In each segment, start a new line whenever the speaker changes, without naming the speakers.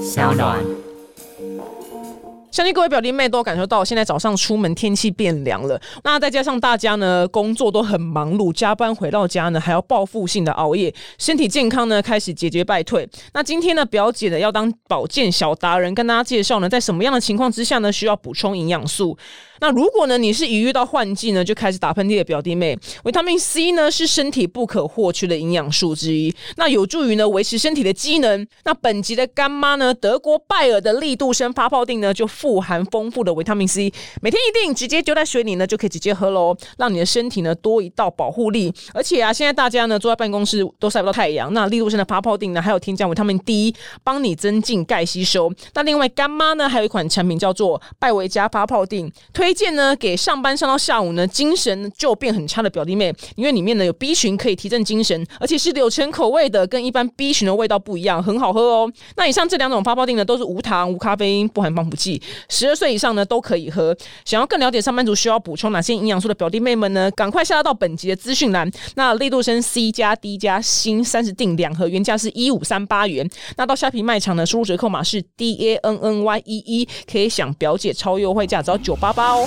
小暖。
相信各位表弟妹都感受到，现在早上出门天气变凉了。那再加上大家呢工作都很忙碌，加班回到家呢还要报复性的熬夜，身体健康呢开始节节败退。那今天呢表姐呢要当保健小达人，跟大家介绍呢在什么样的情况之下呢需要补充营养素。那如果呢你是一遇到换季呢就开始打喷嚏的表弟妹，维他命 C 呢是身体不可或缺的营养素之一，那有助于呢维持身体的机能。那本集的干妈呢，德国拜耳的力度生发泡定呢就富含丰富的维他命 C，每天一定直接丢在水里呢就可以直接喝喽，让你的身体呢多一道保护力。而且啊，现在大家呢坐在办公室都晒不到太阳，那力度生的发泡定呢还有添加维他命 D，帮你增进钙吸收。那另外干妈呢还有一款产品叫做拜维加发泡定，推荐呢给上班上到下午呢精神就变很差的表弟妹，因为里面呢有 B 群可以提振精神，而且是柳橙口味的，跟一般 B 群的味道不一样，很好喝哦。那以上这两种发泡定呢都是无糖、无咖啡因、不含防腐剂，十二岁以上呢都可以喝。想要更了解上班族需要补充哪些营养素的表弟妹们呢，赶快下拉到本集的资讯栏。那力度生 C 加 D 加锌三十锭两盒，原价是一五三八元。那到虾皮卖场呢，输入折扣码是 D A N N Y 一一，可以享表姐超优惠价，只要九八八哦。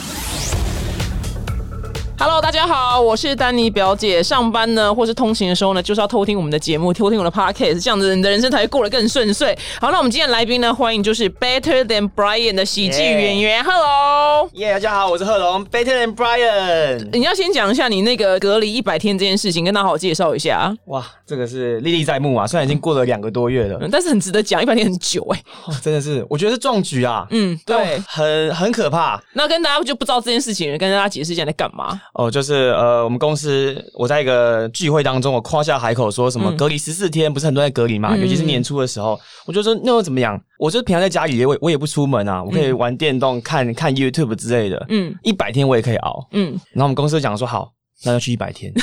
Hello，大家好，我是丹尼表姐。上班呢，或是通勤的时候呢，就是要偷听我们的节目，偷听我的 podcast，这样子你的人生才会过得更顺遂。好，那我们今天的来宾呢，欢迎就是 Better Than Brian 的喜剧演员。Hello，
耶大家好，我是贺龙，Better than Brian。
你要先讲一下你那个隔离一百天这件事情，跟大家好好介绍一下。
哇，这个是历历在目啊，虽然已经过了两个多月了，
嗯但是很值得讲，一百天很久哎、
哦真的是，我觉得是壮举啊。
嗯，对
但。很很可怕
那跟大家就不知道这件事情，跟大家解释一下你在干嘛。
哦。就是呃，我们公司我在一个聚会当中，我夸下海口说什么
嗯
隔离十四天，不是很多人在隔离嘛，尤其是年初的时候，我就说那又怎么样？我就是平常在家里，我也我也不出门啊，我可以玩电动、看看 YouTube 之类的。
嗯
一百天我也可以熬。
嗯，
然后我们公司就讲说好，那就去一百 天。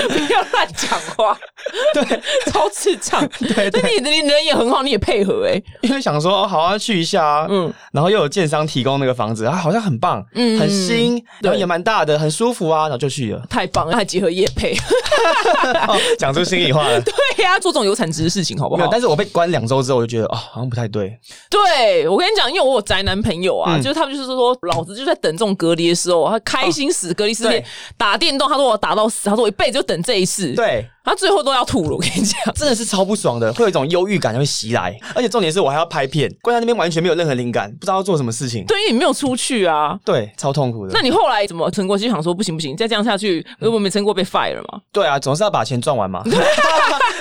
不要乱讲 话，
对，
超智 障。
对
但你你人也很好，你也配合哎、
因为想说哦，好啊，去一下啊。
嗯
然后又有建商提供那个房子，啊，好像很棒，
嗯。
很新，然后也蛮大的，很舒服啊，然后就去了
太棒了，还结合业配。
哦讲、出心里话 了。
对呀、做这种有产值的事情，好不
没
好
有，？但是我被关两周之后，我就觉得哦，好像不太对。
对我跟你讲，因为我有宅男朋友啊，
嗯
就是他们就是说，老子就在等这种隔离的时候，他开心死，隔离四天
对
打电动，他说我打到死，他说我一辈子就等这一次，，
对，
他最后都要吐了。我跟你讲，
真的是超不爽的，会有一种忧郁感会袭来。而且重点是我还要拍片，关在那边完全没有任何灵感，不知道要做什么事情。
对，因为你没有出去啊。
对，嗯超痛苦的
那。你后来怎么撑过去？就想说不行不行，再这样下去，如果没撑过被 fire 了嘛？
对啊，总是要把钱赚完 嘛。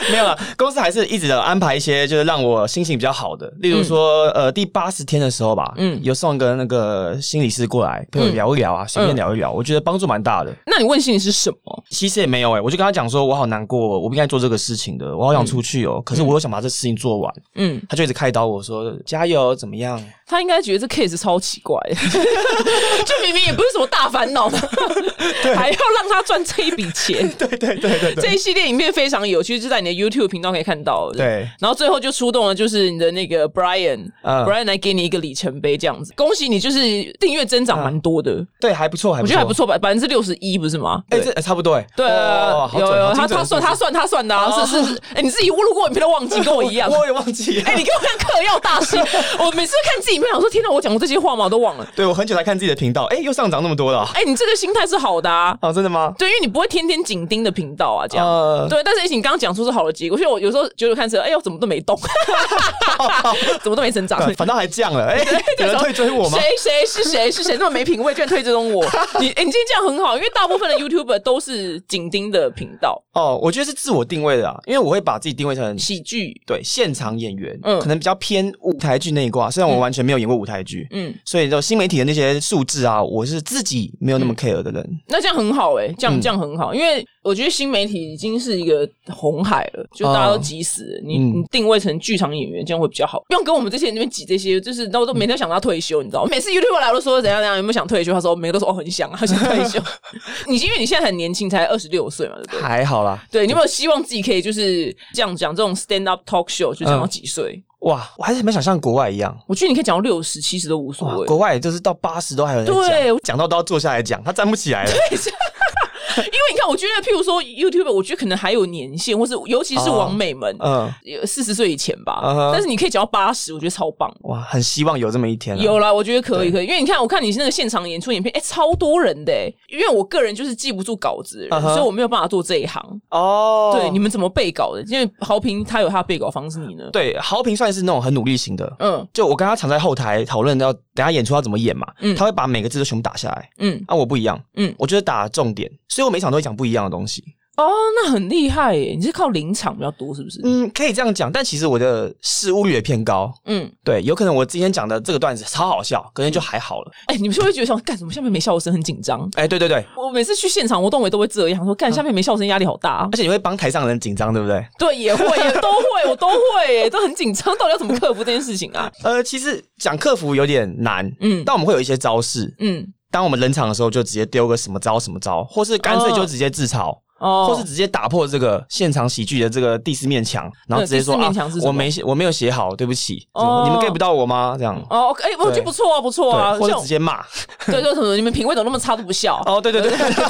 没有啦，公司还是一直的安排一些，就是让我心情比较好的，例如说，呃，第八十天的时候吧，
嗯嗯
嗯，有送个那个心理师过来陪我聊一聊啊，随、便聊一聊，我觉得帮助蛮大的。
那你问心理是什么？
其实也没有诶、欸我就跟他讲说，我好难过，我不应该做这个事情的，我好想出去哦、可是我又想把这事情做完，
嗯，
他就一直开导我说加油，怎么 样？
他应该觉得这 case 超奇怪， 就明明也不是什么大 烦恼嘛，还要让他赚这一笔钱。
对对对对
这一系列影片非常有趣，就在你的 YouTube 频道可以看到。
对。
然后最后就出动了，就是你的那个 Brian，Brian、
嗯
Brian 来给你一个里程碑，这样子，恭喜你，就是订阅增长蛮多的，
对，还不错，还
我
嗯不
觉
错，
得还不。错，百百分之六十一不是吗？
哎、
对
这、哎差不多哎、
对
哇
啊，
好
有
准
有
好精
他
准
他算他算他算的啊，
哦
是是，哎，你自己录过影片都忘记，跟我 一样。
我也忘记了。
哎，你跟我像嗑药大 师，我每次看自己影片，想说天哪，我讲过这些话吗？我都忘了。
对我很久才看自己的频道，哎、又上涨那么多了啊。
哎，你这个心态是好的啊，
哦，真的吗？
对，因为你不会天天紧盯的频道啊，这样。
呃
对，但是你刚刚讲出是好的结果，所以我有时候觉得看车，哎呦，怎么都没 动，怎么都没成 长。
反倒还降了，哎、有人退追我吗
谁？谁是谁是谁那么没品味，居然推这种 我？你、哎你今天这样很好，因为大部分的 YouTuber 都是紧盯的频道，
哦，我觉得是自我定位的啊，因为我会把自己定位成
喜剧，
对现场演员，
嗯
可能比较偏舞台剧那一挂。虽然我完全没有演过舞台剧，
嗯，
所以就新媒体的那些数字啊，我是自己没有那么
嗯
care 的人。
那这样很好哎、这样
嗯
这样很好，因为我觉得新媒体已经是一个红海了，就大家都急死了。你
哦嗯
你定位成剧场演员，这样会比较好，不用跟我们这些人那边挤这些，就是然后我都每天想到退休，你知道吗？每 次 YouTube 来我都说怎样怎样，有没有想退休？他说每个都说哦 很想啊，想退休。你因为你现在很年轻，才二十六岁嘛，对不对？
还好啦，
对，你有没有希望自己可以就是这样讲这种 stand up talk show，就讲到几
嗯
岁？
哇，我还是没想像国外一样。
我觉得你可以讲到六十、七十都无
哇
所，谓
国。外就是到八十都还有人
对
讲，讲到都要坐下来讲，他站不起来了。
为你看，我觉得譬如说 YouTube，我觉得可能还有年限，或是尤其是王美们，
嗯，
四十岁以前吧。
嗯哼
但是你可以讲到八十，我觉得超棒。
哇，很希望有这么一天、啊。
有啦，我觉得可以，
对
可以，因为你看，我看你那个现场演出影片，哎、超多人的、欸，因为我个人就是记不住稿子的人
嗯哼
所以我没有办法做这一行。
哦，
对，你们怎么背稿的？因为豪平他有他的背稿方式，你呢？
对豪平算是那种很努力型的。
嗯
就我跟他常在后台讨论要等下演出要怎么演嘛，
嗯
他会把每个字都全部打下来。
嗯，
啊，我不一样，
嗯
嗯，我就是打重点，所以我每场都会讲不一样的东西。
哦，那很厉害耶！你是靠临场比较多，是不是？
嗯，可以这样讲，但其实我的失误率也偏高。
嗯，
对，有可能我今天讲的这个段子超好笑，可能就还好了。
哎、你们是不是觉得想干什么？下面没笑声，很紧张。
哎、对对对，
我每次去现场活动，我也都会这样说，
嗯
干下面没笑声，压力好大、啊
而。且你会帮台上的人紧张，对不对？
对，也会，也都会，我都会耶，都很紧张，到底要怎么克服这件事情啊？
呃，其实讲客服有点难，
嗯
但我们会有一些招式。
嗯，
当我们冷场的时候，就直接丢个什么招什么招，或是干脆
哦
就直接自嘲。
哦，
或是直接打破这个现场喜剧的这个第四面墙，然后直接说
第四
啊
面墙是什，么
我没写，我没有写好，对不起，
哦
你们 get 不到我吗？这样，
哦，哎、我觉得
对
不错啊，不错啊，
对，或
像
者直接骂，
对，就什么你们品味怎么那么差都不笑，
哦，对对对，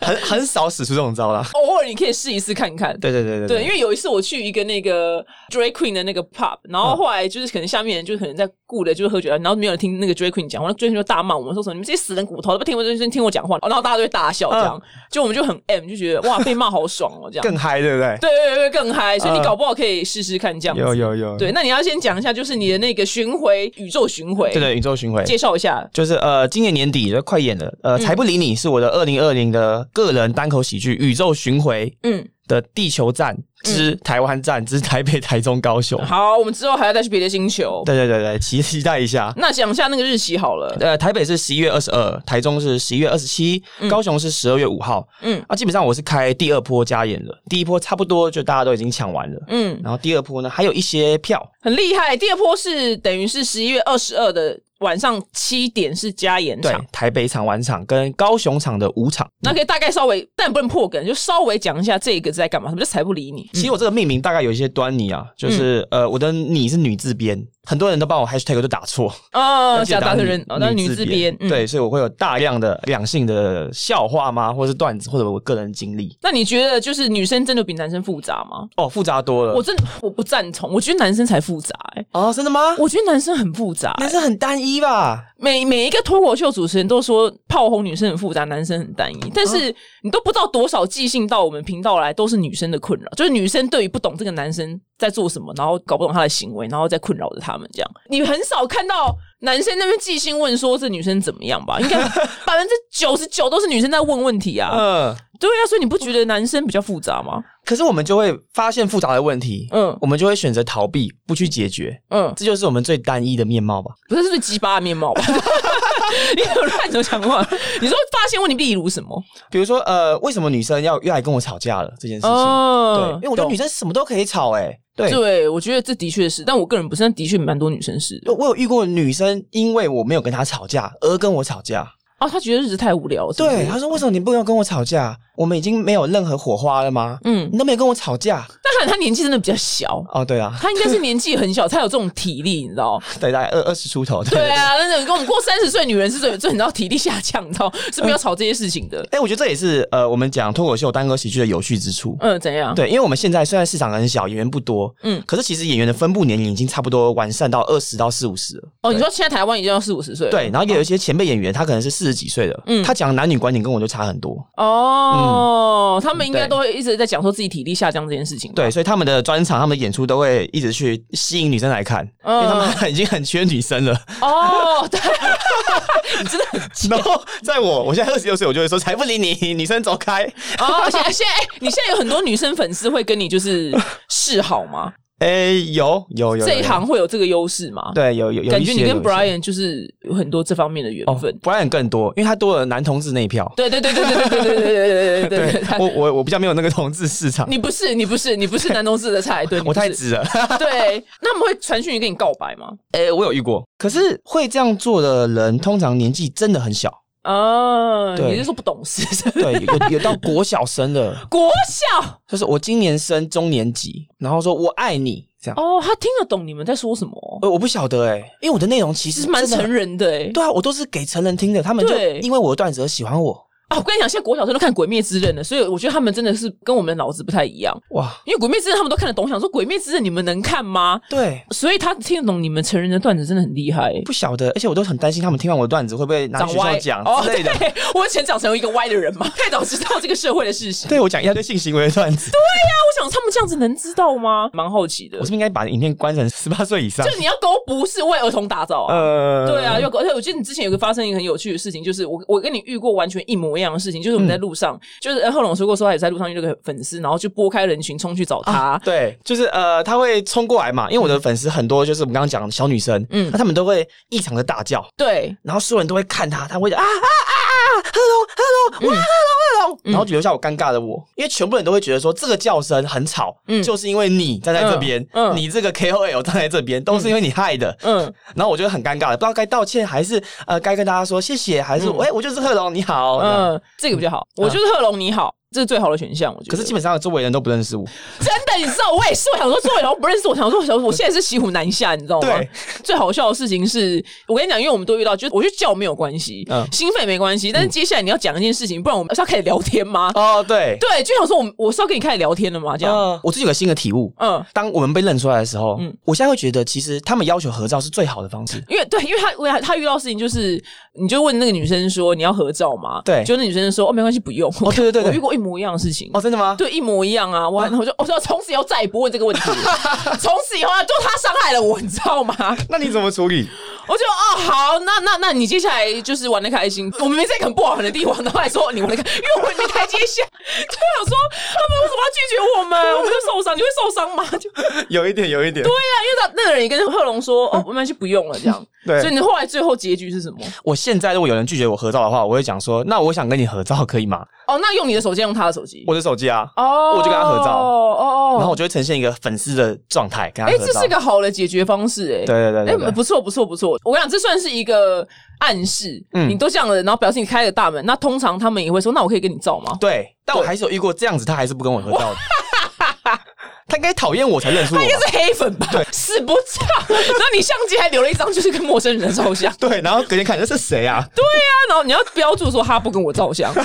很很少使出这种招啦，
偶尔你可以试一试看看。
对对对
对，因为有一次我去一个那个 drag queen 的那个 pub，然
嗯
后后来就是可能下面人就可能在顾的就是喝酒，然后没有人听那个 drag queen 讲话，那 drag queen 就大骂我们说什么你们这些死人骨头都不听我就是听我讲话，然后大家都会大笑这样，就我们就很 M 就觉得哇被骂好爽哦这样，
嗯更嗨，对不对？
对对对更嗨，所以你
嗯
搞不好可以试试看这样子。
有有有，
对，那你要先讲一下就是你的那个巡回宇宙巡回，
对对，宇宙巡回。
介绍一下。
就是呃，今年年底就快演了，
嗯
呃，才不理你是我的二零二零的个人单口喜剧宇宙巡回
嗯，
的地球站之台湾站之台北、台中、高雄。
好，我们之后还要再去别的星球。
对对对对，期期待一下。
那讲一下那个日期好了。
呃，台北是十一月二十二，台中是十一月二十七，高雄是十二月五号。
嗯
嗯，啊，基本上我是开第二波加演的，第一波差不多就大家都已经抢完了，
嗯，
然后第二波呢还有一些票，
很厉害。第二波是等于是十一月二十二的晚上七点是加演
对
场，，
台北场晚场跟高雄场的五场。
那可以大概稍微，但不能破梗，就稍微讲一下这个是在干嘛，什么叫才不理你。
其实我这个命名大概有一些端倪
嗯
啊，就是、呃，我的“你”是女字边，很多人都把我 hashtag 都打错，
哦，
而且
讲到的人，哦，那女
女
字边，嗯。
对，所以我会有大量的两性的笑话吗，或者是段子，或者我个人经历，
那你觉得就是女生真的比男生复杂吗？
哦，复杂多了。
我真的我不赞同，我觉得男生才复杂哎、
哦，真的吗？
我觉得男生很复杂欸、
男生很单一吧？
每每一个脱口秀主持人都说炮轰女生很复杂，男生很单一，但
嗯
是你都不知道多少寄信到我们频道来都是女生的困扰，就是女生对于不懂这个男生在做什么，然后搞不懂他的行为，然后再困扰着他们这样。你很少看到男生那边寄信问说这女生怎么 样吧？应该百分之九十九都是女生在问问题啊。
嗯，
对啊，所以你不觉得男生比较复杂吗？
可是我们就会发现复杂的问题，
嗯
嗯，我们就会选择逃避，不去解决，
嗯，
这就是我们最单一的面貌吧。
不是是最鸡巴的 面貌吧？你有乱怎么讲话？你说发现问题，例如什么？
比如说，呃，为什么女生要又来跟我吵架了这件事情？对，
哦
因为我觉得
懂
女生什么都可以吵、欸，哎，对。
对，我觉得这的确是，但我个人不是，但的确蛮多女生是的。
我有遇过女生，因为我没有跟她吵架而跟我吵架。
啊，她觉得日子太无聊，是不是
对，她说：“为什么你不要跟我吵架？我们已经没有任何火花了吗？
嗯，
你都没有跟我吵架。
但可能她年纪真的比 较小”，
哦，对啊，
她应该是年纪很小才有这种体力，你 知道？
对，大概二二十出头。
对啊，那种跟我们过三十岁的女人是最最你知道体力下降，你知 道是不要吵这些事情的。
哎、我觉得这也是呃，我们讲脱口秀、单口喜剧的有趣之处。
嗯，怎样？
对，因为我们现在虽然市场很小，演员不多，
嗯
嗯，可是其实演员的分布年龄已经差不多完善到二十到四五十了。
哦，你说现在台湾已经要四五十岁了，
对，然后也有一些前辈演员，他可能是四十几岁的，
嗯
他讲男女观点跟我就差很多。
哦，他们应该
嗯对
都会一直在讲说自己体力下降这件事情吧。
对，所以他们的专场、他们的演出都会一直去吸引女生来看，因为他
嗯，
们 已经很缺女生 了。
哦，对，你真的很
然后在我我现在二十六岁，我就会说才不理你，女生走开。
哦，现在现在、哎你现在有很多女生粉丝会跟你就是示好吗？
哎，有 有有有
这一行会有这个优势吗？，
对有有有一些，
感觉你
有
跟
一些
Brian 就是有很多这方面的缘
哦
分。
Brian 更多，因为他多了男同志那一票。
对对对对对对对对对对对对对。
我我我比较没有那个同志市场，
你不是你不是你不是男同志的菜，对，你
我太
不是
直了。
对。那他们会传讯息跟你告白吗？
诶、我有遇过，可是会这样做的人，通常年纪真的很 小，
啊，
对
你是说不懂事？
对，有有有到国小生的，
国小
就是我今年升中年级，然后说我爱你这样，
哦，他听得懂你们在说什么哦，
呃，我不晓得诶、因为我的内容其
其
实
实蛮
真的
成人的哎。
对啊，我都是给成人听的，他们就
对
因为我的段子而喜欢我，
啊，我跟你讲，现在国小生都看《鬼灭之刃》了，所以我觉得他们真的是跟我们的脑子不太一样。
哇，
因为《鬼灭之刃》他们都看得懂，我想说《鬼灭之刃》你们能看吗？
对，
所以他听得懂你们成人的段子，真的很厉害、欸
不晓得，而且我都很担心他们听完我的段子会不会拿
长
去学校
歪
讲
哦，
之类的。
对， 我以前长成一个歪的人嘛，太早知道这个社会的事 实。
对我讲一大堆性行为的段子，
那我想他们这样子能知道吗？蛮好奇的
我是不。是应该把影片关成十八岁以上？
就你要勾不是为儿童打造啊。
呃
对啊，又而且我记得你之前有个发生一个很有趣的事情，就是我我跟你遇过完全一模一样的事情，就是我们在路上，就是呃贺龙说过说他也在路上遇到个粉丝，然后就拨开人群冲去找他，
对，就是呃，他会冲过来嘛，因为我的粉丝很多，就是我们刚刚讲的小女生，
嗯
嗯，那他们都会异常的大叫，
对，
然后所有人都会看他，他会啊啊啊啊，贺龙贺龙哇贺龙贺龙，然后留下我尴尬的我，因为全部人都会觉得说这个叫声很吵，
嗯
就是因为你站在这边，
嗯嗯
你这个 KOL 站在这边，都是因为你害的，
嗯，
然后我就很尴尬，不知道该道歉还是呃该跟大家说谢谢，还是哎、我就是贺龙你好，嗯，
嗯，这个比较好。我觉得贺龙你好，这是最好的选项，我觉
可
得。
是基本上周围人都不认识我，
真的，你知道，我也是，我想说周伟龙不认识我，想说我现在是骑虎难下，你知道吗
对？
最好笑的事情是我跟你讲，因为我们都遇到，就是我去叫没有关系，
嗯
兴奋也没关系，但是接下来你要讲一件事情，不然我们是要开始聊天吗？
哦对，
对，就想说我们我是要跟你开始聊天了吗？这样，
嗯，我最近有个新的体悟，
嗯。
当我们被认出来的时候，
嗯
嗯，我现在会觉得，其实他们要求合照是最好的方式。
因为对，因为他因为他他遇到事情就是，你就问那个女生说你要合照吗？
对
就那女生说哦没关系不用。
哦对对对对
我遇过一模一样的事情。
哦，真的吗？
对，一模一样啊！我还我就我说从此以后再也不问这个问题 了，从此以后啊，就他伤害了我，你知道吗？
那你怎么处 理？
我就哦好，那那那你接下来就是玩的开心。我明明在一个很不好玩的地方，然后还说你玩的开，因为我没台阶下，就想说他们为什么要拒绝我们？我们就受伤，你会受伤吗？就对
有一点，有一点。
啊，因为他那个人也跟贺龙说哦，没关系，不用了这样。
对
所以你后来最后结局是什么？
我现在如果有人拒绝我合照的话，我会讲说，那我想跟你合照，可以吗？
哦，那用你的手机，用他的手机。
我的手机啊，
哦
我就跟他合照
哦嗯哦，
然后我就会呈现一个粉丝的状态跟他
哎、
合照。
这是个好的解决方式、哎，
对对对对
哎、
对
不错不错不错，我跟你讲，这算是一个暗示，
嗯
你都这样了，然后表示你开了大门，那通常他们也会说，那我可以跟你照吗？
对，但我还是有遇过这样子，他还是不跟我合照的。他应该讨厌我才认出我吧。
应该是黑粉吧？死不照。然后你相机还留了一张，就是跟陌生人的照 相。
对，然后隔天看这是谁啊？
对呀、然后你要标注说他不跟我照 相，哎、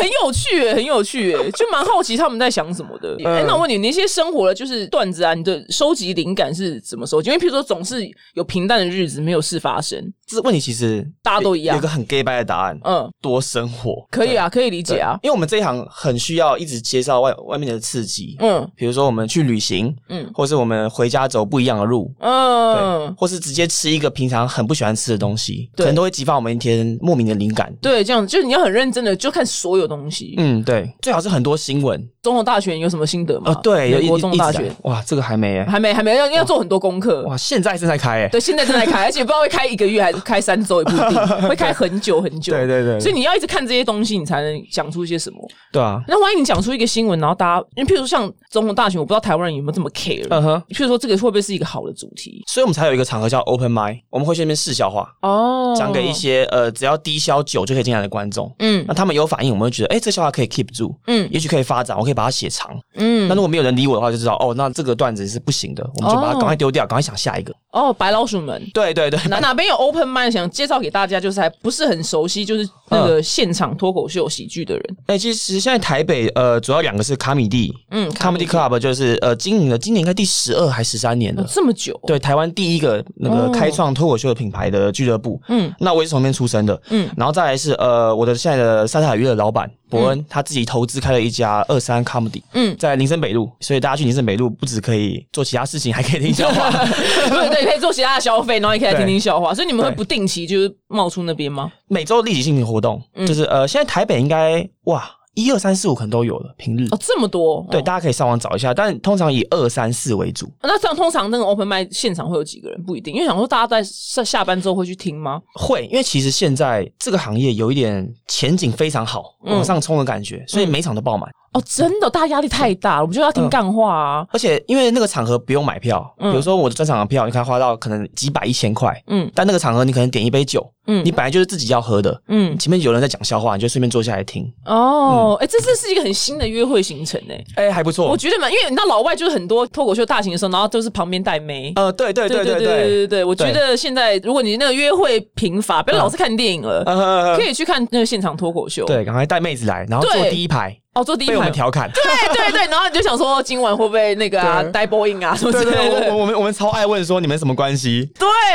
很有趣、耶，很有趣、耶，就蛮好奇他们在想什么
嗯
的。哎、那我问你，你那些生活的就是段子啊，你的收集灵感是怎么收集？因为譬如说，总是有平淡的日子，没有事发生，
这问题其实
大家都一样
有个很 gay 掰的答案，
嗯，
多生活。
可以啊，可以理解啊，
因为我们这一行很需要一直介绍外外面的刺激，
嗯
比如说我们去旅行，
嗯
或是我们回家走不一样的路，
嗯，
或是直接吃一个平常很不喜欢吃的东西，
对
可能都会激发我们一天莫名的灵感。
对，这样就是你要很认真的就看所有东西。
嗯，对，最好是很多新闻
总统大选有什么心得吗？
哦，对，有
啊美
一
国总统大
一直
选
在哇，这个还没耶，
还没还没要要做很多功课。
哇，现在正在开耶，
对，现在正在开，而且不知道会开一个月还是开三周，也不一 定，会开很久很久。
对对对对
所以你要一直看这些东西，你才能讲出一些什么。
对啊，
那万一你讲出一个新闻，然后大家，因为譬如说像总统大选，我不知道台湾人有没有这么 care。
嗯哼，
譬如说这个会不会是一个好的主题？
所以我们才有一个场合叫 open mic，我们会去那边试笑话，
哦
讲给一些呃只要低消九就可以进来的观众。
嗯
那他们有反应，我们会觉得，哎、这笑话可以 keep 住，
嗯
也许可以发展，我可以把它写长。
嗯
那如果没有人理我的话，就知道哦，那这个段子是不行的，我们就把它
哦
赶快丢掉，赶快想下一个。
哦，白老鼠们。
对对对，
哪哪边有 open mind 想介绍给大家，就是还不是很熟悉，就是那
嗯
个现场脱口秀喜剧的人，
哎、其实现在台北呃，主要两个是卡米蒂
嗯，
Comedy Club，就是呃经营了今年应该第十二还十三年了。
哦这么久，
对，台湾第一个那
哦
个开创脱口秀的品牌的俱乐部，
嗯
那我也是从那边出生的，
嗯
嗯，然后再来是呃，我的现在的三海娱乐的老板伯恩，他自己投资开了一家二三 comedy，
嗯，
在林森北路，所以大家去林森北路不只可以做其他事情，还可以听笑 话。
对对，可以做其他的消费，然后也可以来听听笑话，所以你们会
对
不定期就是冒出那边吗？
每周立即进行活动，
嗯
就是呃，现在台北应该哇一二三四五可能都有了，平日
哦，这么多，
对，
哦
大家可以上网找一下，但通常以二三四为主，
那这样通常那个 open mic 现场会有几个人？不一定，因为想说大家在下下班之后会去听吗？
会，因为其实现在这个行业有一点前景非常好，
嗯
往上冲的感觉，所以每场都爆满。
哦，真的，大家压力太大了，我们就要听干话啊。
而且因为那个场合不用买票，比如说我的专场的票，你可以花到可能几百一千块，
嗯
但那个场合你可能点一杯酒，
嗯
你本来就是自己要喝的，
嗯，
前面有人在讲笑话，你就顺便坐下来听，嗯
哦，哎、这这是一个很新的约会行程哎、
哎、还不
我
错。
觉得嘛，因为你知道老外就是很多脱口秀大型的时候，然后都是旁边带妹。
呃，对对对
对
对
对
对，嗯
对对，我觉得现在如果你那个约会贫乏，不要老是看电影了，
呃
可，以去看那个现场脱口秀。，
对，赶快带妹子来，然后坐
对
第一排，
哦，坐第一
被我们。
排
调侃。
对对对，然后你就想说哦今晚会不会那个啊
对
呆 boing 啊什么之
对
类
对，我
的
我，我们我们超爱问说你们什么关系，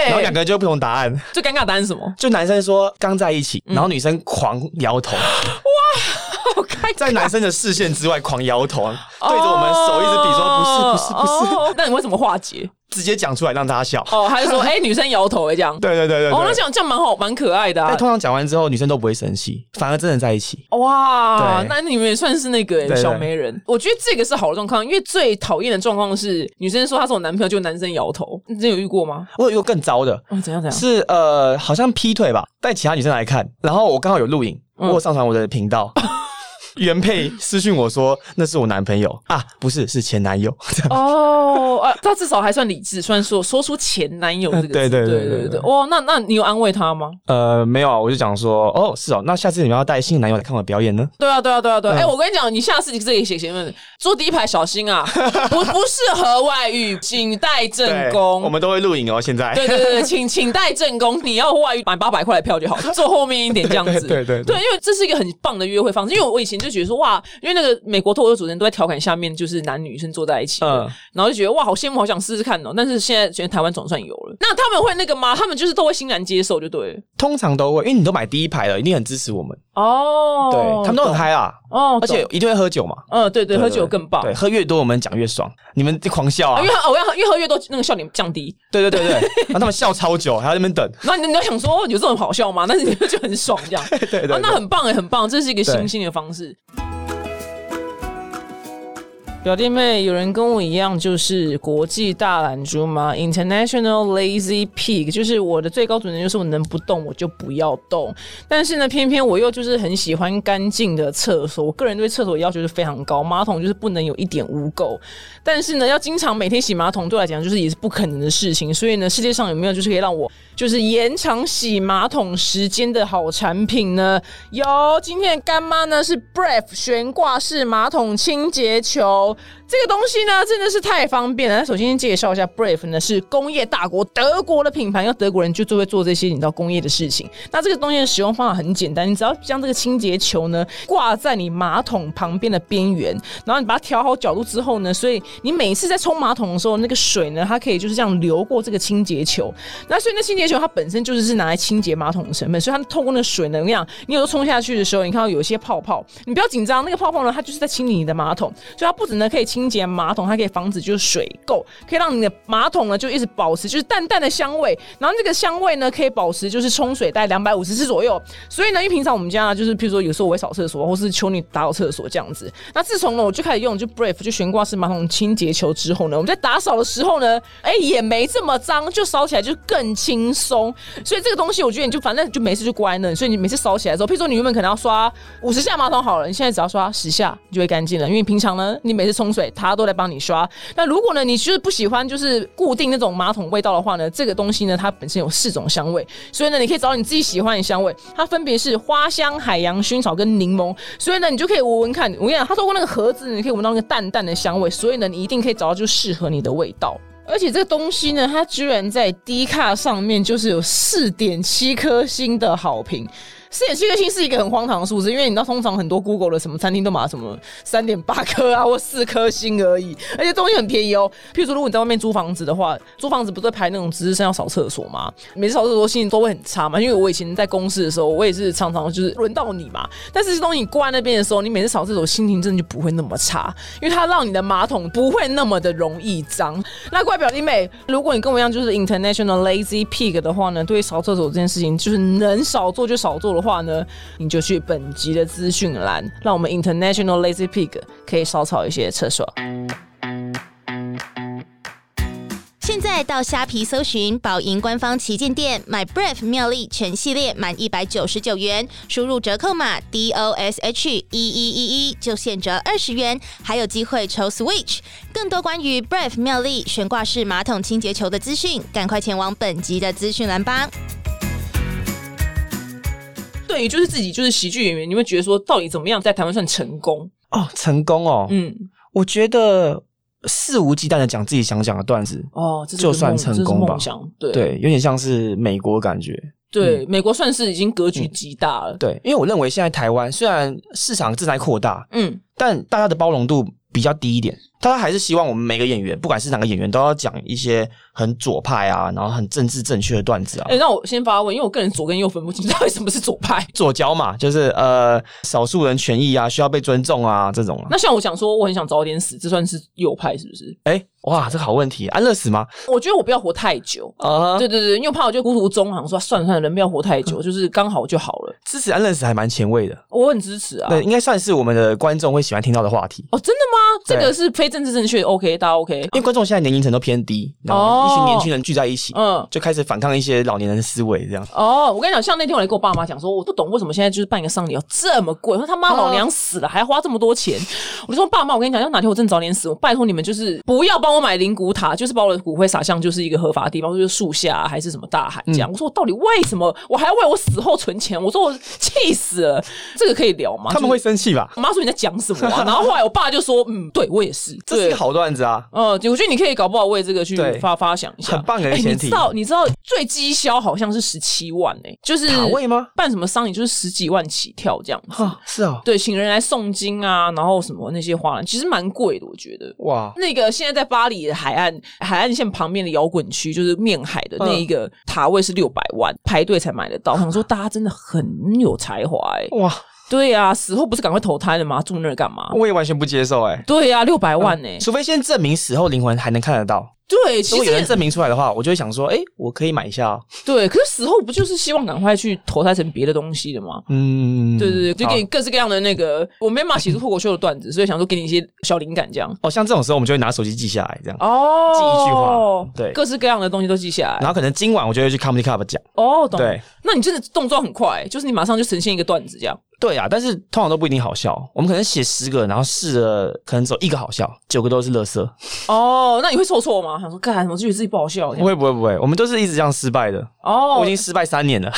然后两
对，
个人就不同答案。
最尴尬的答案是什么？
就男生说刚在一起，然后女生狂摇头，
好尴尬，
在男生的视线之外狂摇头，啊对着我们手一直比说不是不是不是，
不是。哦那你为什么化解？
直接讲出来让大家笑。
哦，他就说哎，女生摇头哎这样。
对对对对
哦，那
对。
这样这样蛮好，蛮可爱的啊
但。哎通常讲完之后，女生都不会生气，反而真的在一起。
哇，
对
那你们也算是那个、欸、
对
小媒人，我觉得这个是好的状况，因为最讨厌的状况是女生说她是我男朋友，就男生摇头，你真有遇过吗？
我有一个更糟的，
哦，怎样怎样？
是呃，好像劈腿吧，带其他女生来看，然后我刚好有录影，我有上传我的频 道。原配私讯我说那是我男朋友啊，不是是前男友，这样
哦，啊，她至少还算理智，虽然说说出前男友这个字，
对
对
对对
对
对
对
对
哇，那那你有安慰她吗？
呃没有啊，我就讲说哦是哦，那下次你们要带新男友来看我的表演呢？
对啊，对啊，对啊，对啊！哎、
嗯
我跟你讲，你下次这里写写问，坐第一排小心 啊，不不适合外遇，请带正宫。
我们都会录影哦，现在
对对对，请请带正宫，你要外遇买八百块的票就好，坐后面一点这样 子。
对对对对
因为这是一个很棒的约会方式。因为我以前就觉得说哇，因为那个美国脱口秀主持人都在调侃下面就是男女生坐在一起，嗯
嗯，
然后就觉得哇，好羡慕，好想试试看哦。但是现在觉得台湾总算有了， 那他们会那个吗？他们就是都会欣然接受，就对了。
通常都会，因为你都买第一排了，一定很支持我们，
哦，
对他们都很嗨啦，
懂哦，
而且
懂
一定会喝酒嘛，
嗯，对对，喝酒更棒。
对，喝越多我们讲越爽，你们就狂笑啊
啊，因，为哦，我要喝越喝越多，那个笑点降低。
对对对 对，然后他们笑超久，还要在那边等，
然后你你要想说哦有这种好笑吗？但是你就很爽这样。
对对对
啊，那
对
很棒哎，很棒，这是一个新
对
兴的方式。表弟妹，有人跟我一样，就是国际大懒猪吗？International Lazy Pig，就是我的最高准则就是我能不动我就不要动。但是呢，偏偏我又就是很喜欢干净的厕所，我个人对厕所要求是非常高，马桶就是不能有一点污垢。但是呢，要经常每天洗马桶，对我来讲就是也是不可能的事情。所以呢，世界上有没有就是可以让我就是延长洗马桶时间的好产品呢？有，今天的干妈呢是 Brave 悬挂式马桶清洁球，这个东西呢真的是太方便了。那首先介绍一下 Brave 呢是工业大国德国的品牌，因为德国人就最会做这些你知道工业的事情。那这个东西的使用方法很简单，你只要将这个清洁球呢挂在你马桶旁边的边缘，然后你把它调好角度之后呢，所以你每一次在冲马桶的时候，那个水呢它可以就是这样流过这个清洁球，那所以那清洁球它本身就是拿来清洁马桶的成分，所以它透过那个水能量，你有时候冲下去的时候，你看到有一些泡泡，你不要紧张，那个泡泡呢，它就是在清理你的马桶，所以它不只呢可以清洁马桶，它可以防止就是水垢，可以让你的马桶呢就一直保持就是淡淡的香味，然后这个香味呢可以保持就是冲水在两百五十次左右，所以呢，因为平常我们家呢就是譬如说有时候我会扫厕所，或是求你打扫厕所这样子，那自从呢我就开始用就 Brave 就悬挂式马桶清洁球之后呢，我们在打扫的时候呢，哎、也没这么脏，就扫起来就更轻松。所以这个东西我觉得你就反正就没事就乖了，所以你每次扫起来的时候，譬如说你原本可能要刷 五十下马桶好了，你现在只要刷十下你就会干净了，因为平常呢你每次冲水它都在帮你刷。那如果呢你就是不喜欢就是固定那种马桶味道的话呢，这个东西呢它本身有四种香味，所以呢你可以找你自己喜欢的香味，它分别是花香、海洋、薰草跟柠檬，所以呢你就可以闻闻看。我跟你讲，它透过那个盒子，你可以闻到那个淡淡的香味，所以呢你一定可以找到就适合你的味道。而且这个东西呢，它居然在 D 卡上面就是有四点七颗星的好评。四点七颗星是一个很荒唐的数字，因为你知道，通常很多 Google 的什么餐厅都买什么三点八颗啊，或四颗星而已。而且东西很便宜哦。譬如说，如果你在外面租房子的话，租房子不是会排那种值日生要扫厕所吗？每次扫厕所心情都会很差嘛。因为我以前在公司的时候，我也是常常就是轮到你嘛。但是东西你挂在那边的时候，你每次扫厕所心情真的就不会那么差，因为它让你的马桶不会那么的容易脏。那怪表弟妹，如果你跟我一样就是 international lazy pig 的话呢，对于扫厕所这件事情，就是能少做就少做的话呢，你就去本集的资讯栏，让我们 international lazy pig 可以少扫一些厕所。
现在到虾皮搜寻宝银官方旗舰店买 Brave 妙丽全系列，满一百九十九元，输入折扣码 D O S H E 一一一一，就现折二十元，还有机会抽 Switch。更多关于 Brave 妙丽悬挂式马桶清洁球的资讯，赶快前往本集的资讯栏吧。
对于就是自己就是喜剧演员，你会觉得说到底怎么样在台湾算成功？
哦，成功哦，
嗯，
我觉得肆无忌惮的讲自己想讲的段子，
哦，这是
就
个
算
梦
成
这是
功吧
梦想对啊
对，有点像是美国感觉。
对，美国算是已经格局极大了。
嗯对，因为我认为现在台湾虽然市场正在扩大，
嗯，
但大家的包容度比较低一点，大家还是希望我们每个演员，不管是哪个演员，都要讲一些很左派啊，然后很政治正确的段子啊
哎、。那我先发问，因为我个人左跟右分不清， 到底什么是左派？
左交嘛，就是呃，少数人权益啊，需要被尊重啊，这种啊。
那像我想说，我很想早点死，这算是右派是不是？
哎、哇，这个好问题，安乐死吗？
我觉得我不要活太久。
啊、
对对对，因为我怕我就孤独终老，说算了算了，人不要活太
嗯
久，就是刚好就好了。
支持安乐死还蛮前卫的，
我很支持啊。
对，应该算是我们的观众会喜欢听到的话题，
哦，真的吗？这
对
个是非政治正确，OK，大家 OK。
因为观众现在年龄层都偏低，然
哦
后一群年轻人聚在一起，
嗯，
就开始反抗一些老年人的思维，这样。
哦，我跟你讲，像那天我来跟我爸妈讲说，我不懂为什么现在就是办一个丧礼要这么贵，我说他妈老娘死了、还要花这么多钱，我就说爸妈，我跟你讲，要哪天我真的早点死，我拜托你们就是不要帮我买灵骨塔，就是把我的骨灰撒向就是一个合法的地方，就是树下、还是什么大海这样。我说我到底为什么我还要为我死后存钱？我说我气死了，这个可以聊吗？
他们
就
会
是。
生气吧？
我妈说你在讲什么、啊，然后后来我爸就说，嗯，对我也是，
这是一
对
个好段子啊！
呃，我觉得你可以搞不好为这个去
对
发发想一下，
很棒的一个欸
哎
前
你
提
知道，你知道最绩效好像是十七万哎、就是
卡位吗？
办什么丧礼就是十几万起跳这样子。
哈，是哦，
对，请人来诵经啊，然后什么那些花篮，其实蛮贵的，我觉得。
哇，
那个现在在巴黎的海岸海岸线旁边的摇滚区，就是面海
嗯
的那一个塔位是六百万，排队才买 得到。我想说大家真的很有才华哎、
哇，
对啊，死后不是赶快投胎了吗？住那儿干嘛？
我也完全不接受哎、
对啊，六百万哎、
除非先证明死后灵魂还能看得到，
对，
如
其
果嗯有人
实
证明出来的话，我就会想说，哎、我可以买一下、哦。
对，可是死后不就是希望赶快去投胎成别的东西的吗？
嗯，
对对对，就
好
给你各式各样的那个，我没办法写出脱口秀的段子，所以想说给你一些小灵感这样。
哦，像这种时候，我们就会拿手机记下来，这样。
哦，
记一句话对
各式各样的东西都记下
然
来。
后可能今晚我就会去 Comedy Club 讲。
哦，懂。
对，
那你真的动作很快、欸就是你马上就呈现一个段子这 样。
对啊，但是通常都不一定好笑。我们可能写十个，然后试了，可能走一个好笑，九个都是垃圾。
哦，那你会受挫吗？想说干什么？就觉得自己不好笑
不
这样。
会不会不会，我们都是一直这样失败的。
哦
我已，经失败三年了，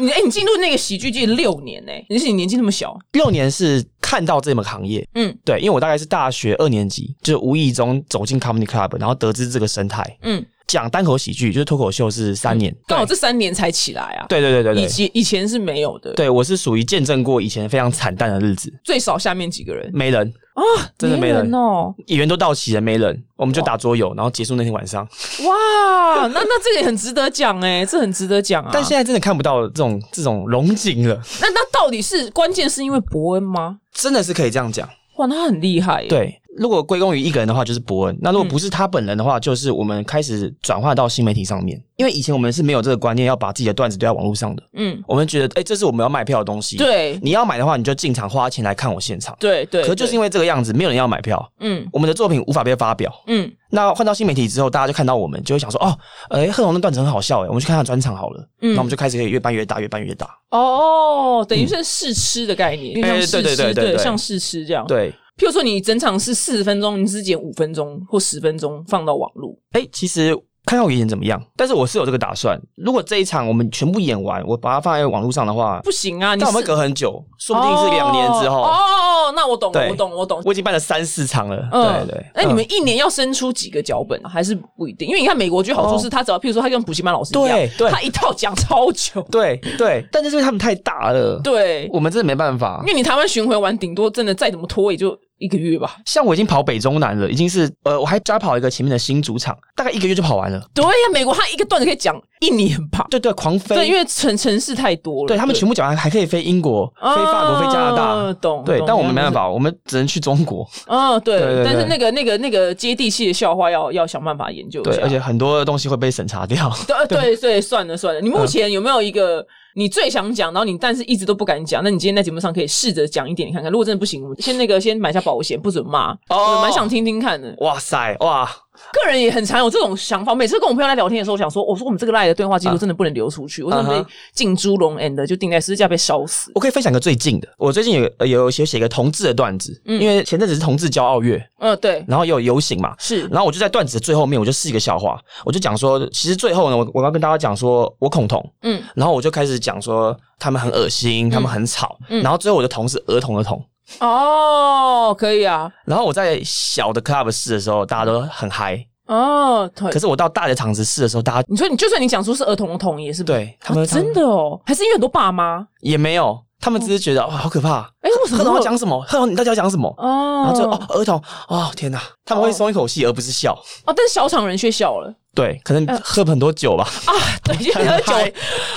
你哎、你进入那个喜剧界六年呢、你是你年纪那么小，
六年是看到这门行业。
嗯
对，因为我大概是大学二年级，就是无意中走进 Comedy Club，然后得知这个生态。
嗯，
讲单口喜剧就是脱口秀是三年，
刚好嗯这三年才起来啊。
对对对对对
以
对，
前以前是没有的，
对我是属于见证过以前非常惨淡的日子，
最少下面几个人
没人，
啊，
真的没人
哦。
演员都到齐了，没人，我们就打桌游，然后结束那天晚上。
啊哇，那那这个也很值得讲哎、这很值得讲啊。
但现在真的看不到这种这种龙井了，
那那到底是关键是因为伯恩吗？
真的是可以这样讲。
哇，那他很厉害耶。
对，如果归功于一个人的话，就是伯恩；那
嗯
如果不是他本人的话，就是我们开始转化到新媒体上面，因为以前我们是没有这个观念，要把自己的段子丢在网络上的。
嗯，
我们觉得，哎、这是我们要卖票的东西。，
对
你要买的话，你就进场花钱来看我现场。
对对，
可是就是因
为
为这个样子，没有人要买票，
嗯
我们的作品无法被发表。
嗯
那换到新媒体之后，大家就看到我们，就会想说，哦，哎、贺龙的段子很好笑，哎，我们去看他的专场好了。
嗯
那我们就开始可以越办越大，越办越大。
哦，等于是试吃的概念，像
哎
试
对对
吃
对对对
像试吃这样。，
对，
譬如说你整场是四十分钟，你只剪五分钟或十分钟放到网络。
哎、其实看看我演怎么样，但是我是有这个打算。如果这一场我们全部演完，我把它放在网络上的话，
不行啊，你
但我们
是
隔很久，说不定是两年之后。
哦哦，哦那我懂了，
对
我懂，我懂。
我已经办了三四场了，
嗯，
对对。
那你们
嗯
一年要生出几个脚本啊还是不一定？因为你看美国剧好处是，他只要譬如说他跟补习班老师一样
哦对，对
他一套讲超久，
对对，但是因为他们太大了，
对，
我们真的没办法
因。为你台湾巡回完，顶多真的再怎么拖也就一个月吧。
像我已经跑北中南了，已经是呃，我还加跑一个前面的新主场，大概一个月就跑完了。
对呀、美国他一个段子可以讲一年吧？
对对，狂飞。
对，因为城城市太多了，
对他们全部讲完，还可以飞英国、
啊
飞法国、飞加拿大。
懂？
对，
懂
但我们没办。法，我们只能去中国。
嗯，对，
对对对
但是那个那个那个接地气的笑话要要想办法研究一
对，
下。
而且很多东西会被审查掉。
对对对，算了算了。
嗯
你目前有没有一个你最想讲，然后你但是一直都不敢讲？那你今天在节目上可以试着讲一点，你看看。如果真的不行，我们先那个先买下保险，不准骂。
哦
我蛮想听听看的。
哇塞，哇，
个人也很常有这种想法。每次跟我朋友在聊天的时候，我想说，我说我们这个赖的对话记录
啊
真的不能流出去，我真的
啊
被
哈
进猪笼 and 就定在十字架被烧死。
我可以分享个最近的，我最近有呃有写写个同志的段子，因为前阵子是同志骄傲月，
嗯、对，
然后也有游行嘛，
是
然后我就在段子的最后面，我就试一个笑话，我就讲说，其实最后呢，我我要跟大家讲说我恐同，
嗯
嗯，然后我就开始讲说他们很恶心，他们很吵，
嗯
然后最后我的同是儿童的童。
哦，可以啊，
然后我在小的 club 试的时候，大家都很嗨，
哦，对
可。是我到大的场子试的时候，大家
你说你就算你讲出是儿童的童也是不
对他
啊
们
真的哦，还是因为很多爸妈
也没有，他们只是觉得哇、好可怕，
哎为什么
贺
会
龙
有
要讲什么？贺龙你到底要讲什么？
哦，
然后就哦儿童哦天哪，他们会松一口气而不是笑，
哦，但是小厂人却笑 了。
对，可能
呃
喝很多酒吧，
啊，对，因为喝酒
很嗨。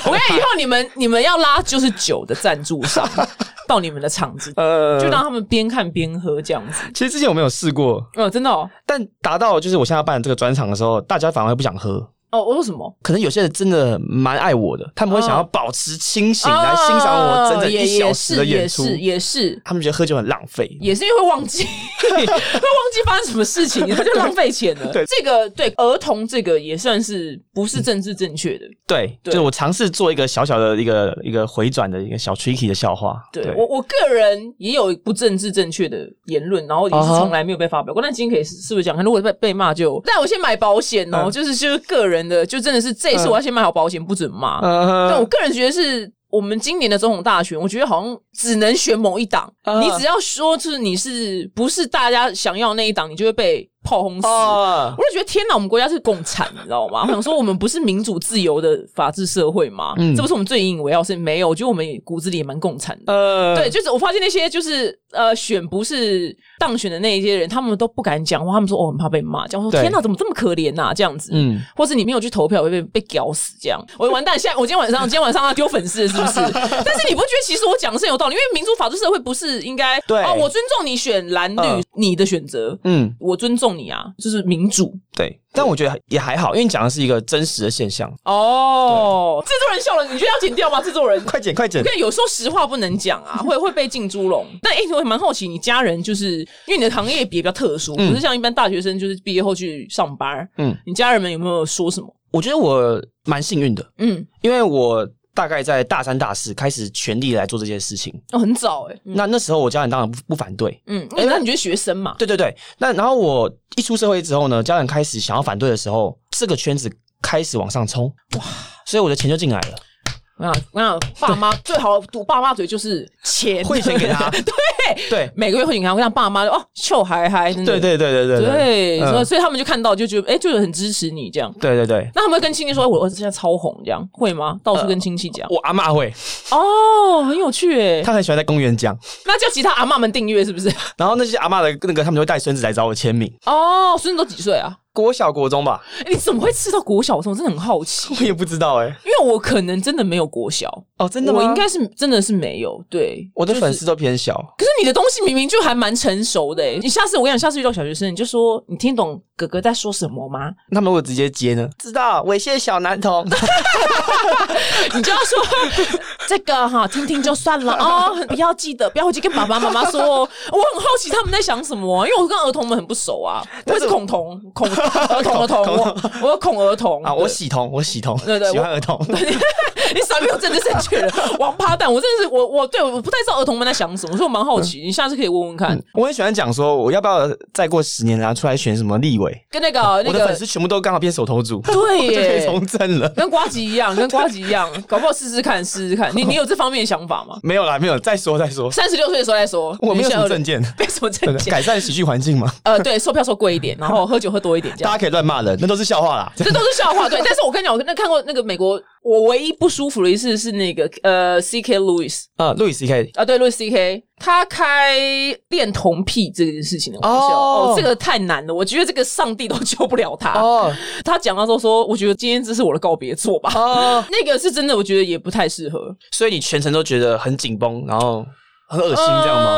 我跟你讲，以后你们你们要拉就是酒的赞助商到你们的场子，
呃
就让他们边看边喝这样子。
其实之前我没有试过，
哦，真的哦，
但达到就是我现在办这个专场的时候，大家反而不想喝。
哦，我为什么？
可能有些人真的蛮爱我的，他们会想要保持清醒来欣赏我整
哦
整
也
一小时的演出
也。是也是
他们觉得喝酒很浪费，
也是因为会 忘记，会忘记发生什么事情，他就浪费钱了。
对
这个对儿童这个也算是不是政治正确的。
对，就
对
是我尝试做一个小小的一个一个回转的一个小 tricky 的笑话。
对我我个人也有不政治正确的言论，然后也是
啊哈
从来没有被发表过。但今天可以试试不是讲看，如果被被骂就，但我先买保险哦，
嗯
就是就是个人的，就真的是这一次我要先买好保险，不准骂。但我
呃，
个人觉得是。我们今年的总统大选，我觉得好像只能选某一党。
啊
你只要说是你是不是大家想要那一党，你就会被炮轰死。
哦
我就觉得天哪，我们国家是共产，你知道吗？我想说，我们不是民主自由的法治社会吗？
嗯
这不是我们最引以为傲，是没有。我觉得我们骨子里也蛮共产的。
呃，
对，就是我发现那些就是呃选不是当选的那一些人，他们都不敢讲话，他们说哦很怕被骂，讲说
对
天哪怎么这么可怜呐、这样子，嗯，
嗯，
或是你没有去投票会被被屌死这样，我完蛋，现在我今天晚上今天晚上要丢粉丝了是 不是？但是你不觉得其实我讲的是很有道理，因为民主法治社会不是应该
对
哦我尊重你选蓝绿、
嗯
你的选择，
嗯，
我尊重你啊，就是民主
对，但我觉得也还好，因为你讲的是一个真实的现象。
哦。制作人笑了，你觉得要剪掉吗？制作人。
快剪，快剪！
对，有时候实话不能讲啊，会会被进猪笼。但哎、欸，我蛮好奇，你家人就是因为你的行业也比较特殊，不是像一般大学生就是毕业后去上班。嗯
嗯，
你家人们有没有说什么？
我觉得我蛮幸运的，
嗯，
因为我大概在大三、大四开始全力来做这些事情。
哦，很早哎、
那那时候我家人当然不不反对，
嗯，因为那你觉得学生嘛？
对对对。那然后我一出社会之后呢，家人开始想要反对的时候，这个圈子开始往上冲，哇！所以我的钱就进来了，
我想，我想，爸妈最好堵爸妈嘴就是钱，
汇钱给他
对，
对
每个月汇钱给他，我让爸妈就哦，臭孩孩，哎真的
对对对对
对，
嗯
所以所以他们就看到就觉得哎、欸就很支持你这样。
对对对，
那他们会跟亲戚说，哎我儿子现在超红，这样会吗？到处跟亲戚讲、
我阿嬷会，
哦，很有趣哎。
她很喜欢在公园讲，
那叫其他阿嬷们订阅是不是？
然后那些阿嬷的那个他们就会带孙子来找我签名。
哦，孙子都几岁啊？
国小国中吧，
欸你怎么会吃到国小生？我真的很好 奇，
我也不知道哎、
因为我可能真的没有国小，
哦，真的吗？
我应该是真的是没有。对，
我的
就是
粉丝都偏小，
可是你的东西明明就还蛮成熟的、欸，你下次我跟你讲，下次遇到小学生，你就说你听懂哥哥在说什么吗？
那么我直接接呢？知道猥亵小男童，
你就要说 这个哈，听听就算了 哦，不要记得，不要回去跟爸爸妈妈说哦。我很好奇他们在想什么啊、因为我跟儿童们很不熟啊，我也
但是
是恐童，恐 儿童儿童，
恐
我我有恐儿 童
啊，我
对
喜童，我喜童，
对对
喜欢
我
儿童，
你少给我政治正确了，王八蛋！我真的是我我对我不太知道儿童们在想什么，所以我蛮好奇，
嗯
你下次可以问问看。
我很喜欢讲说，我要不要再过十年然后出来选什么立委？
跟那个那
我的粉
个
丝全部都刚好变手头族，
对
就可以
耶，
从政了。
跟瓜吉 一样，跟瓜吉一样，搞不好试试看，试试看。你你有这方面的想法吗？
没有啦，没有，再说再说，
三十六岁的时候再说，
我没有什么证
件，
件，
没什么
对
证
的
件。
改善喜剧环境 嘛，
呃，对，售票售贵一点，然 后喝酒喝多一点，这
大
样
家。可以乱骂人，那都是笑话 啦。
这都是笑话，对。但是我跟你讲，我那看过那个美国，我唯一不舒服的一次是那个呃，C K Lewis
啊，路易斯 K，
啊，对，Louis C K，他开恋童癖这件事情的玩笑，
哦
哦这个太难了，我觉得这个上帝都救不了他。
哦
他讲到之后说，我觉得今天这是我的告别作吧。
哦，
那个是真的，我觉得也不太适合。
所以你全程都觉得很紧绷，然后很恶心这样吗？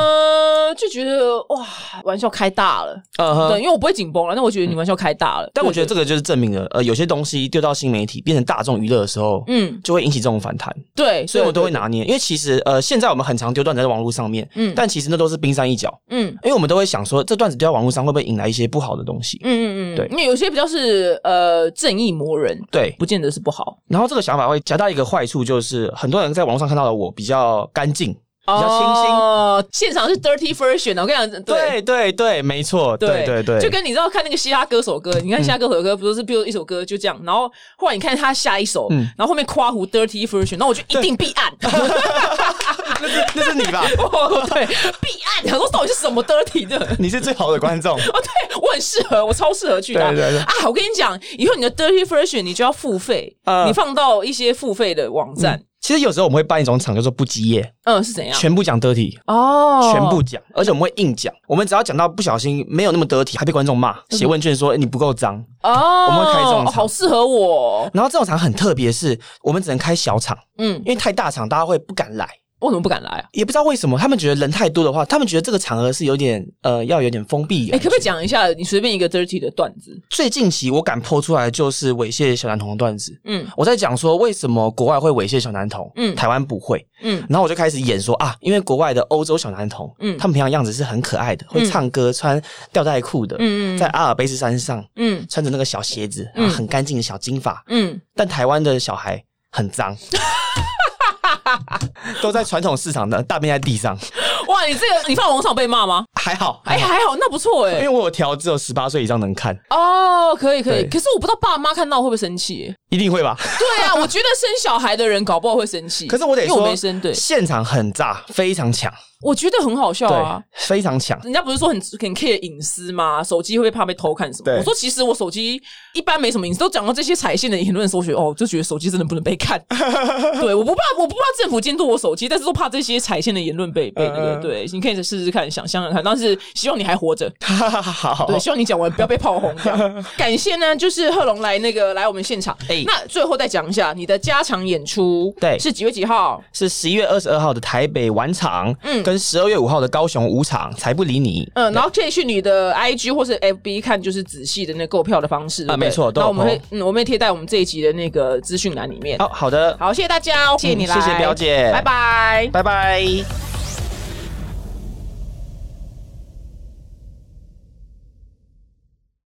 呃，就觉得哇，玩笑开大了。
嗯哼
对，因为我不会紧绷了，那我觉得你玩笑开大了。
但我觉得这
个，
个就是证明了，呃，有些东西丢到新媒体变成大众娱乐的时候，
嗯，
就会引起这种反弹，
对，
所以我都会
对，
拿捏。因为其实呃，现在我们很常丢段子在网络上面，
嗯
但其实那都是冰山一角，
嗯
因为我们都会想说，这段子丢到网络上会不会引来一些不好的东西？
嗯嗯嗯，
对
因为有些比较是呃正义魔人，
对，
不见得是不好，
然后这个想法会夹带一个坏处，就是很多人在网络上看到的我比较干净，
比
较清新
哦，现场是 dirty version，我跟啊你讲，对。
对对对，没错，对对对，
就跟你知道看那个嘻哈歌手歌，你看嘻哈歌手歌不都是，比如一首歌就这样，然后后来你看他下一首，
嗯
然后后面夸胡 dirty version，那我就一定必 按，
那是那是你吧？
哦对，必按，很多到底是什么 dirty 的？
你是最好的观 众，
哦，对我很适合，我超适合去的啊。
对对对
啊，我跟你讲，以后你的 dirty version 你就要付费，
呃
你放到一些付费的网站，
其实有时候我们会办一种场，叫做不积业，
嗯是怎样？
嗯全部讲得体，
哦，
全部讲，而且我们会硬讲。我们只要讲到不小心没有那么得体，还被观众骂，
嗯
写问卷说哎你不够脏。
哦，
我们会开这种
哦
场
好适合我，
然后这种场很特别，是我们只能开小场，
嗯，
因为太大场大家会不敢来，
我怎么不敢来啊？
也不知道为什么，他们觉得人太多的话，他们觉得这个场合是有点呃要有点封闭感。
哎、可不可以讲一下你随便一个 dirty 的段子？
最近期我敢剖出来就是猥亵小男童的段子。
嗯
我在讲说为什么国外会猥亵小男童，
嗯
台湾不会，
嗯
然后我就开始演说啊，因为国外的欧洲小男童，
嗯
他们平常样子是很可爱的，会唱歌、穿吊带裤的，
嗯嗯
在阿尔卑斯山上
嗯
穿着那个小鞋子，
嗯
啊很干净的小金发，
嗯，
但台湾的小孩很 脏。都在传统市场的大便在地上，
哇，你这个你放网上被骂吗？
还好，
哎、
还好，
还好，那不错哎、
因为我有调只有十八岁以上能看，
哦，可以可以，
对
可是我不知道爸妈看到会不会生气、
一定会吧？
对啊，我觉得生小孩的人搞不好会生气。
可是我得
因为我
说
没生，对，
现场很炸，非常强，
我觉得很好笑
对
啊。，
非常强。
人家不是说很很 care 隐私吗？手机会不会怕被偷看什么？
对
我说其实我手机一般没什么隐私，都讲到这些踩线的言论的时候，我觉得哦，就觉得手机真的不能被看。 对，我不怕，我不怕政府监督我手机，但是都怕这些踩线的言论被被那个。
嗯嗯
对，你可以试试看，想象看看，但是希望你还活着。
哈哈哈好，
对，希望你讲完不要被炮轰。这样感谢呢，就是贺龙来那个来我们现场。
哎
那最后再讲一下你的加场演出，
对
是几月几号？
是十一月二十二号的台北晚场，
嗯
跟十二月五号的高雄五场，才不理你。
嗯，然后可以去你的 IG 或是 FB 看，就是仔细的那个购票的方式对不对
啊没错都
那
有
我们会
po，
嗯，我们会贴在我们这一集的那个资讯栏里面。
好好的，
好，谢谢大家哦，谢谢你
嗯
来，
谢谢表姐
拜拜。
拜拜。